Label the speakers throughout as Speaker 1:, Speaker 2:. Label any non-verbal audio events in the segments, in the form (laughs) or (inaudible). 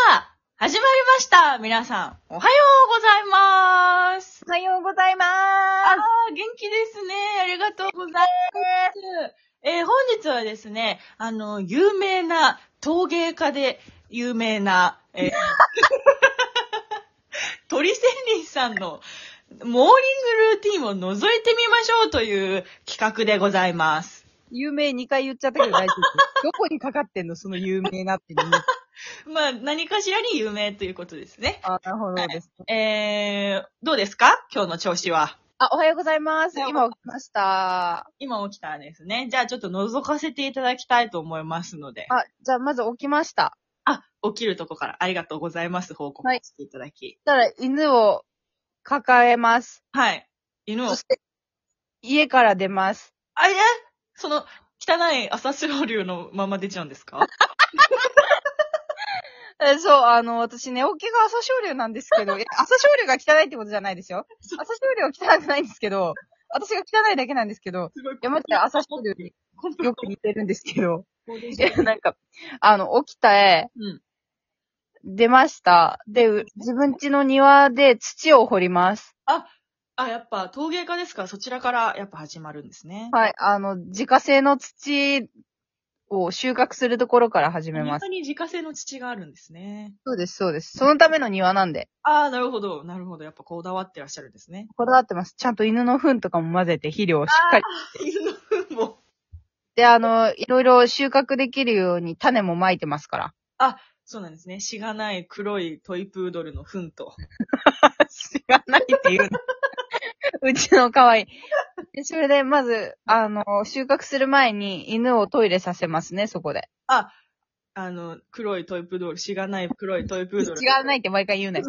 Speaker 1: 始まりました皆さん、おはようございます
Speaker 2: おはようございま
Speaker 1: あ
Speaker 2: ー
Speaker 1: ー、元気ですねありがとうございますえー本日はですね、あの、有名な陶芸家で有名な、え (laughs) ー鳥仙林さんのモーニングルーティンを覗いてみましょうという企画でございます。
Speaker 2: す。有名2回言っちゃったけど大丈夫。どこにかかってんのその有名なっていう。
Speaker 1: まあ、何かしらに有名ということですね。
Speaker 2: (laughs) あ、なるほどです。
Speaker 1: えー、どうですか今日の調子は。
Speaker 2: あ、おはようございます。
Speaker 1: おはよう
Speaker 2: 今起きました。
Speaker 1: 今起きたんですね。じゃあちょっと覗かせていただきたいと思いますので。
Speaker 2: あ、じゃあまず起きました。
Speaker 1: あ、起きるとこからありがとうございます。報告
Speaker 2: はい
Speaker 1: していただき。
Speaker 2: そしたら犬を抱えます。
Speaker 1: はい。犬を
Speaker 2: そし、て、家から出ます。
Speaker 1: あ、えその、汚い朝青龍のまま出ちゃうんですか
Speaker 2: え、そう、あの、私寝起きが朝青龍なんです (laughs) けど、え朝青龍が汚いってことじゃないですよ。
Speaker 1: そう
Speaker 2: 朝青龍は汚くないんですけど、私が汚いだけなんですけど、
Speaker 1: すごい
Speaker 2: (laughs) いや、まじで朝青龍に
Speaker 1: コンプ
Speaker 2: よく似てるんです (laughs) けど。
Speaker 1: で
Speaker 2: いや、なんか、あの、起きたえ、
Speaker 1: うん
Speaker 2: 出ました。で、う自分家の庭で土を掘ります。
Speaker 1: あ、やっぱ陶芸家ですから、そちらからやっぱ始まるんですね。
Speaker 2: はい、あの、自家製の土を収穫するところから始めま
Speaker 1: 本当。
Speaker 2: す
Speaker 1: に自家製の土があるんですね。
Speaker 2: そうです、そうです。そのための庭なんで、
Speaker 1: ああ、なるほど、なるほど。やっぱこだわってらっしゃるんですね。
Speaker 2: こだわってます。ちゃんと犬の糞とかも混ぜて肥料をしっかり。
Speaker 1: 犬の糞も。
Speaker 2: で、あの、いろいろ収穫できるように種もまいてますから。 (laughs)
Speaker 1: そうなんですね。しがない黒いトイプードルの糞
Speaker 2: (laughs)
Speaker 1: と。
Speaker 2: 知らないっていうの。うちの可愛い。でそれで、まず、あの、収穫する前に犬をトイレさせますね、そこで。
Speaker 1: あの、黒いトイプードル、しがない黒いトイプードル。
Speaker 2: 違わないって毎回言うね。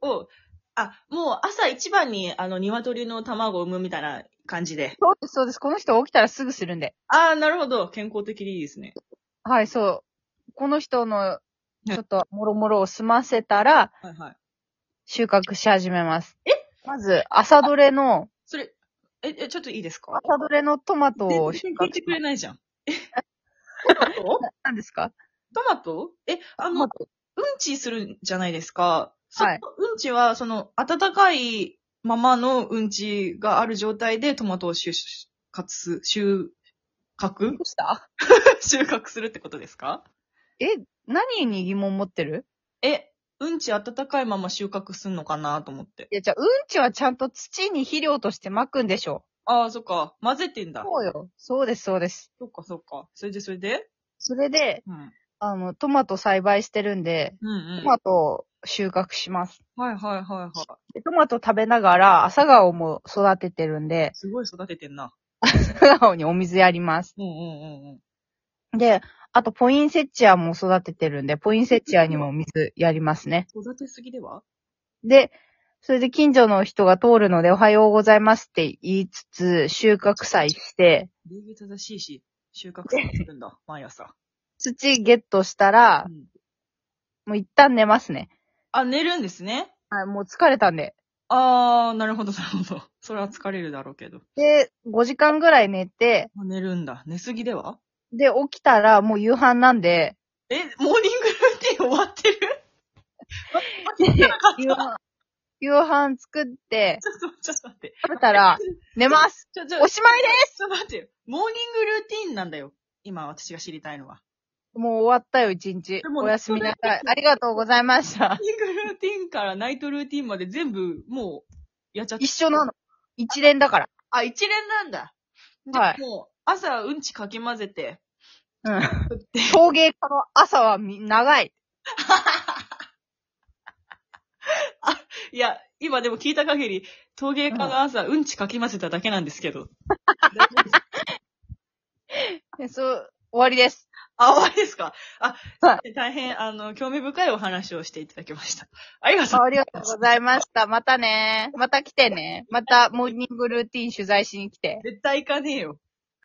Speaker 1: を、あ、もう朝一番に、あの、鶏の卵を産むみたいな感じで。
Speaker 2: そうです、そうです。この人起きたらすぐするんで。
Speaker 1: ああ、なるほど。健康的でいいですね。
Speaker 2: はい、そう。この人の、
Speaker 1: ね
Speaker 2: ちょっと、もろもろを済ませたら、
Speaker 1: はいはい。
Speaker 2: 収穫し始めます。えまず、朝どれの、
Speaker 1: それ、え、え、ちょっといいですか
Speaker 2: 朝どれのトマトを収
Speaker 1: 全然聞
Speaker 2: 穫
Speaker 1: いて
Speaker 2: し
Speaker 1: く
Speaker 2: ます
Speaker 1: れ。ないじゃ
Speaker 2: (laughs)
Speaker 1: ん。え、トマト
Speaker 2: 何ですか
Speaker 1: トマトえ、あ
Speaker 2: ト
Speaker 1: の
Speaker 2: マ、ト。
Speaker 1: うんちするんじゃないですか。
Speaker 2: は
Speaker 1: はい
Speaker 2: い。
Speaker 1: うんちは、その、温かいままのうんちがある状態でトマトを収穫、収穫
Speaker 2: どうした
Speaker 1: (laughs) 収穫するってことですか
Speaker 2: え、何に疑問持ってる
Speaker 1: え、うんち温かいまま収穫すんのかなと思って。
Speaker 2: いや、じゃあ、うんちはちゃんと土に肥料としてまくんでしょ
Speaker 1: ああ、そっか。混ぜてん
Speaker 2: う。
Speaker 1: だ。
Speaker 2: そうよ。そうです、そうです。
Speaker 1: そっか、そっか。それで、それで
Speaker 2: それで、
Speaker 1: うん。
Speaker 2: あの、トマト栽培してるんで、
Speaker 1: うんう
Speaker 2: ト
Speaker 1: ん。
Speaker 2: マトを収穫します。
Speaker 1: はいはいはいはい。
Speaker 2: でトマト食べながら、朝顔も育ててるんで、
Speaker 1: すごい育ててんな。
Speaker 2: 朝顔にお水やります。
Speaker 1: うんうんうんうん。
Speaker 2: で、あとポインセッチアも育ててるんで、ポインセッチアにも水やりますね。
Speaker 1: 育てすぎでは
Speaker 2: で、それで近所の人が通るので、おはようございますって言いつつ、収穫祭して、
Speaker 1: 礼儀正しいし、収穫されてるんだ。 (laughs) 毎朝。
Speaker 2: 土ゲットしたら
Speaker 1: う、ん
Speaker 2: もう一旦寝ますね。
Speaker 1: あ、寝るんですね。
Speaker 2: はい、もう疲れたんで。
Speaker 1: あー、なるほど、なるほど。それは疲れるだろうけど。
Speaker 2: で、5時間ぐらい寝て、
Speaker 1: あ寝るんだ。寝すぎでは
Speaker 2: で、起きたらもう夕飯なんで、
Speaker 1: え、モーニングルーティン終わってる (laughs)
Speaker 2: 夕飯、夕飯作って、
Speaker 1: ちょっと、ちょっと待って。
Speaker 2: 食べたら、寝ます
Speaker 1: ちょ、ちょ、
Speaker 2: おしまいです
Speaker 1: ちょっと待ってよ。モーニングルーティンなんだよ。今私が知りたいのは。
Speaker 2: もう終わったよ、一日
Speaker 1: で。も
Speaker 2: おやすみなさい。ありがとうございました
Speaker 1: モー。ニングルーティンからナイトルーティンまで全部もうやっちゃって
Speaker 2: 一。緒なの。一連だから。
Speaker 1: あ、一連なんだ。で
Speaker 2: はい
Speaker 1: もう朝うんちかき混ぜて。
Speaker 2: うん。
Speaker 1: 打って。
Speaker 2: 陶芸家の朝はみ長い。
Speaker 1: (laughs) いや、今でも聞いた限り、陶芸家の朝うんちかき混ぜただけなんですけ
Speaker 2: (laughs)
Speaker 1: ど。大丈夫ですか
Speaker 2: でそう、終わりです。
Speaker 1: あ、終わりですかあ、
Speaker 2: は
Speaker 1: 大変、あの、興味深いお話をしていただきました。ありがとう
Speaker 2: あありがとうございました。またね。また来てね。またモーニングルーティン取材しに来て。
Speaker 1: 絶対行かねえよ。